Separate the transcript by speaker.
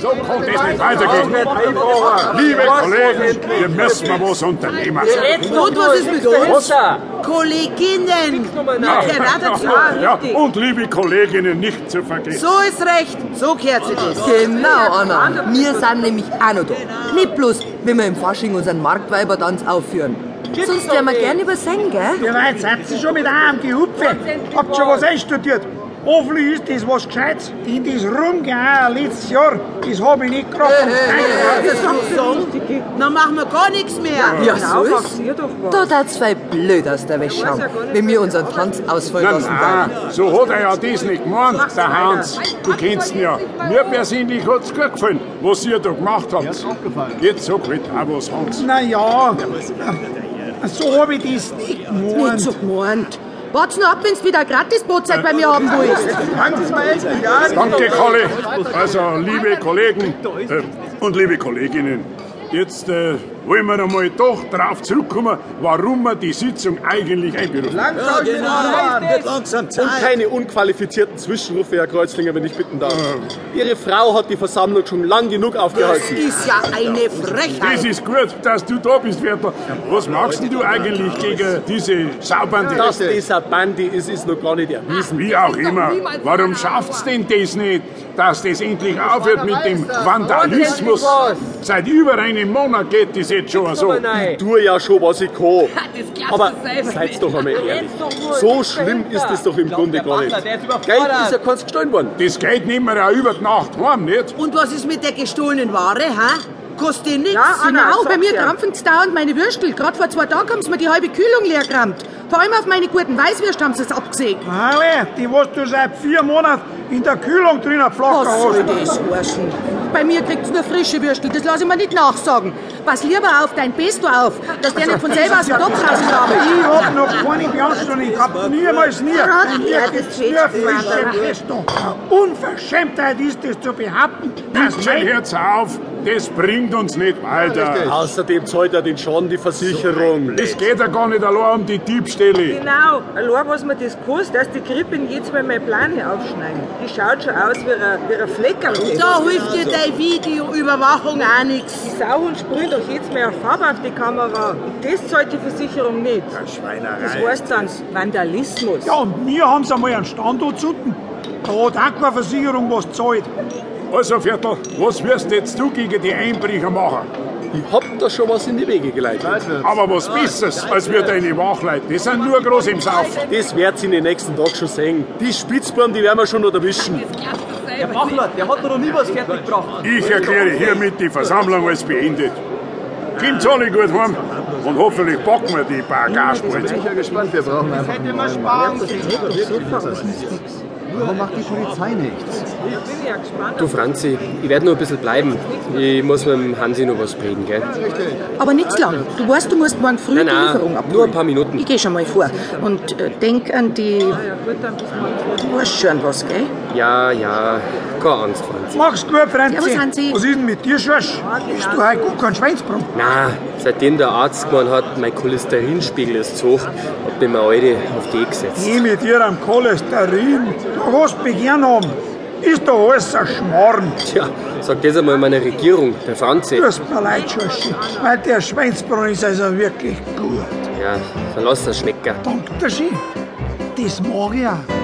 Speaker 1: So kommt es nicht weitergehen. Liebe Kollegen, wir müssen mal was unternehmen.
Speaker 2: Und was ist mit uns?
Speaker 3: Rosa!
Speaker 2: Kolleginnen!
Speaker 1: Ja,
Speaker 2: Mit geradezu.
Speaker 1: Ah. ja, und liebe Kolleginnen, nicht zu vergessen.
Speaker 2: So ist recht. So gehört sich das.
Speaker 4: Genau, Anna. Wir sind nämlich auch noch da. Nicht bloß, wenn wir im Fasching unseren Marktweibertanz aufführen. Sonst wären wir gern übersehen, gell?
Speaker 5: Ja, jetzt seid ihr schon mit einem gehupfe. Habt schon was einstudiert? Hoffentlich ist das was Gescheites. In das rumgehauen letztes Jahr, das hab ich nicht gerafft. Nein,
Speaker 2: Dann machen wir gar nichts mehr.
Speaker 4: Ja, so ist. Da tat's zwei blöd aus der Wäsche haben, wenn wir unseren Tanz ausfallen
Speaker 1: Nein,
Speaker 4: lassen.
Speaker 1: nein, so hat er ja das nicht gemeint, der Hans. Du kennst ihn ja. Mir persönlich hat es gut gefallen, was ihr da gemacht habt. Jetzt sag halt auch was, Hans.
Speaker 5: Na ja, so hab ich das nicht
Speaker 2: Nicht
Speaker 5: gemeint.
Speaker 2: so gemeint. Wart's nur ab, wenn's wieder gratis Boot seid bei mir haben willst.
Speaker 1: Danke, Kalle. Also, liebe Kollegen äh, und liebe Kolleginnen, jetzt äh, wollen wir einmal doch darauf zurückkommen, warum wir die Sitzung eigentlich einberufen haben.
Speaker 6: Genau.
Speaker 5: genau.
Speaker 7: Und keine unqualifizierten Zwischenrufe, Herr Kreuzlinger, wenn ich bitten darf. Ihre Frau hat die Versammlung schon lang genug aufgehalten.
Speaker 2: Ist ja eine
Speaker 1: Das
Speaker 2: Frechheit.
Speaker 1: ist gut, dass du da bist, Werther. Was machst denn du eigentlich gegen diese Saubande?
Speaker 7: Dass dieser Bandi ist, ist noch gar nicht erwiesen.
Speaker 1: Wie auch immer, warum schafft's denn das nicht, dass das endlich aufhört mit dem Vandalismus? Seit über einem Monat geht das jetzt schon so.
Speaker 7: Ich tue ja schon, was ich kann. Aber seid doch einmal ehrlich. So schlimm ist es doch im Grunde gar nicht. Geld ist ja ganz gestohlen worden.
Speaker 1: Das geht nicht mehr auch über die Nacht heim, nicht?
Speaker 2: Und was ist mit der gestohlenen Ware, hä? Kostet nichts.
Speaker 8: Genau, bei mir krampfen's dauernd meine Würstel. Gerade vor zwei Tagen haben sie mir die halbe Kühlung leer gerammt. Vor allem auf meine guten Weißwürste haben sie es abgesehen.
Speaker 5: Alle, die was du seit vier Monaten in der Kühlung drinnen
Speaker 8: Was
Speaker 5: flacker
Speaker 8: soll
Speaker 5: hast.
Speaker 8: das heißen? Bei mir kriegt's nur frische Würstel, das lasse ich mir nicht nachsagen. Pass lieber auf dein Pesto auf, dass der nicht von selber aus dem Topf rauskrabbelt.
Speaker 5: Ich hab noch keine Beanstandung gehabt, niemals nie.
Speaker 2: ja, das
Speaker 5: Gibt's
Speaker 2: steht
Speaker 5: nur
Speaker 2: schon mal,
Speaker 5: frische Pesto. Unverschämtheit ist es zu behaupten, dass
Speaker 1: Bittchen, hört's auf, das bringt uns nicht weiter.
Speaker 7: Außerdem zahlt er den Schaden die Versicherung.
Speaker 1: Es geht ja gar nicht allein um die Diebstähle.
Speaker 6: Genau, allein was mir das kostet, dass die Krippen jetzt mal meine Plane aufschneiden. Die schaut schon aus wie ein, wie ein Fleckerl.
Speaker 2: Da hilft dir deine Videoüberwachung auch nichts.
Speaker 6: Die Sauhund sprüht doch jetzt mal eine Farbe auf die Kamera. Und das zahlt die Versicherung nicht. Das heißt dann Vandalismus.
Speaker 5: Ja, und wir haben einmal einen Standort gefunden. Da hat auch keine Versicherung was gezahlt.
Speaker 1: Also, Viertel, was wirst jetzt du gegen die Einbrecher machen?
Speaker 7: Ich hab da schon was in die Wege geleitet.
Speaker 1: Aber was Besseres als wir deine Wachleute, die sind nur groß im Sauf.
Speaker 7: Das werdet ihr in den nächsten Tag schon sehen. Die Spitzbuben, die werden wir schon noch erwischen.
Speaker 3: Der Machler, der hat noch nie was fertig gebracht.
Speaker 1: Ich erkläre hiermit die Versammlung als beendet. Kommt alle gut heim und hoffentlich packen wir die paar Gasspritze.
Speaker 9: bin ja gespannt, wir brauchen einfach einen neuen Mann. Warum macht die Polizei nichts?
Speaker 10: Du Franzi, ich werde noch ein bisschen bleiben. Ich muss mit dem Hansi noch was reden, gell?
Speaker 8: Aber nicht zu lang. Du weißt, du musst morgen früh
Speaker 10: Nein,
Speaker 8: die Lieferung
Speaker 10: nein,
Speaker 8: abholen.
Speaker 10: nur ein paar Minuten.
Speaker 8: Ich gehe schon mal vor und äh, denk an die... Du weißt schon was, gell?
Speaker 10: Ja, ja, keine Angst, Franzi.
Speaker 5: Mach's gut, Franzi.
Speaker 8: Servus, Hansi.
Speaker 5: Was ist denn mit dir, Schorsch? Bist du heute gut kein Schweinsbrot?
Speaker 10: Na, seitdem der Arzt gemeint hat, mein Cholesterinspiegel ist zu hoch, hab ich mir alte auf die gesetzt.
Speaker 5: Ich mit dir am Cholesterin. Du hast Begehren haben. Ist doch alles ein Schmarrn.
Speaker 10: Tja, sag das einmal meiner Regierung, der Franzi.
Speaker 5: Tut mir leid, Schorschi, weil der Schweinsbrot ist also wirklich gut.
Speaker 10: Ja, dann lass das schmecken.
Speaker 5: Danke, Schi. Das mag ich auch.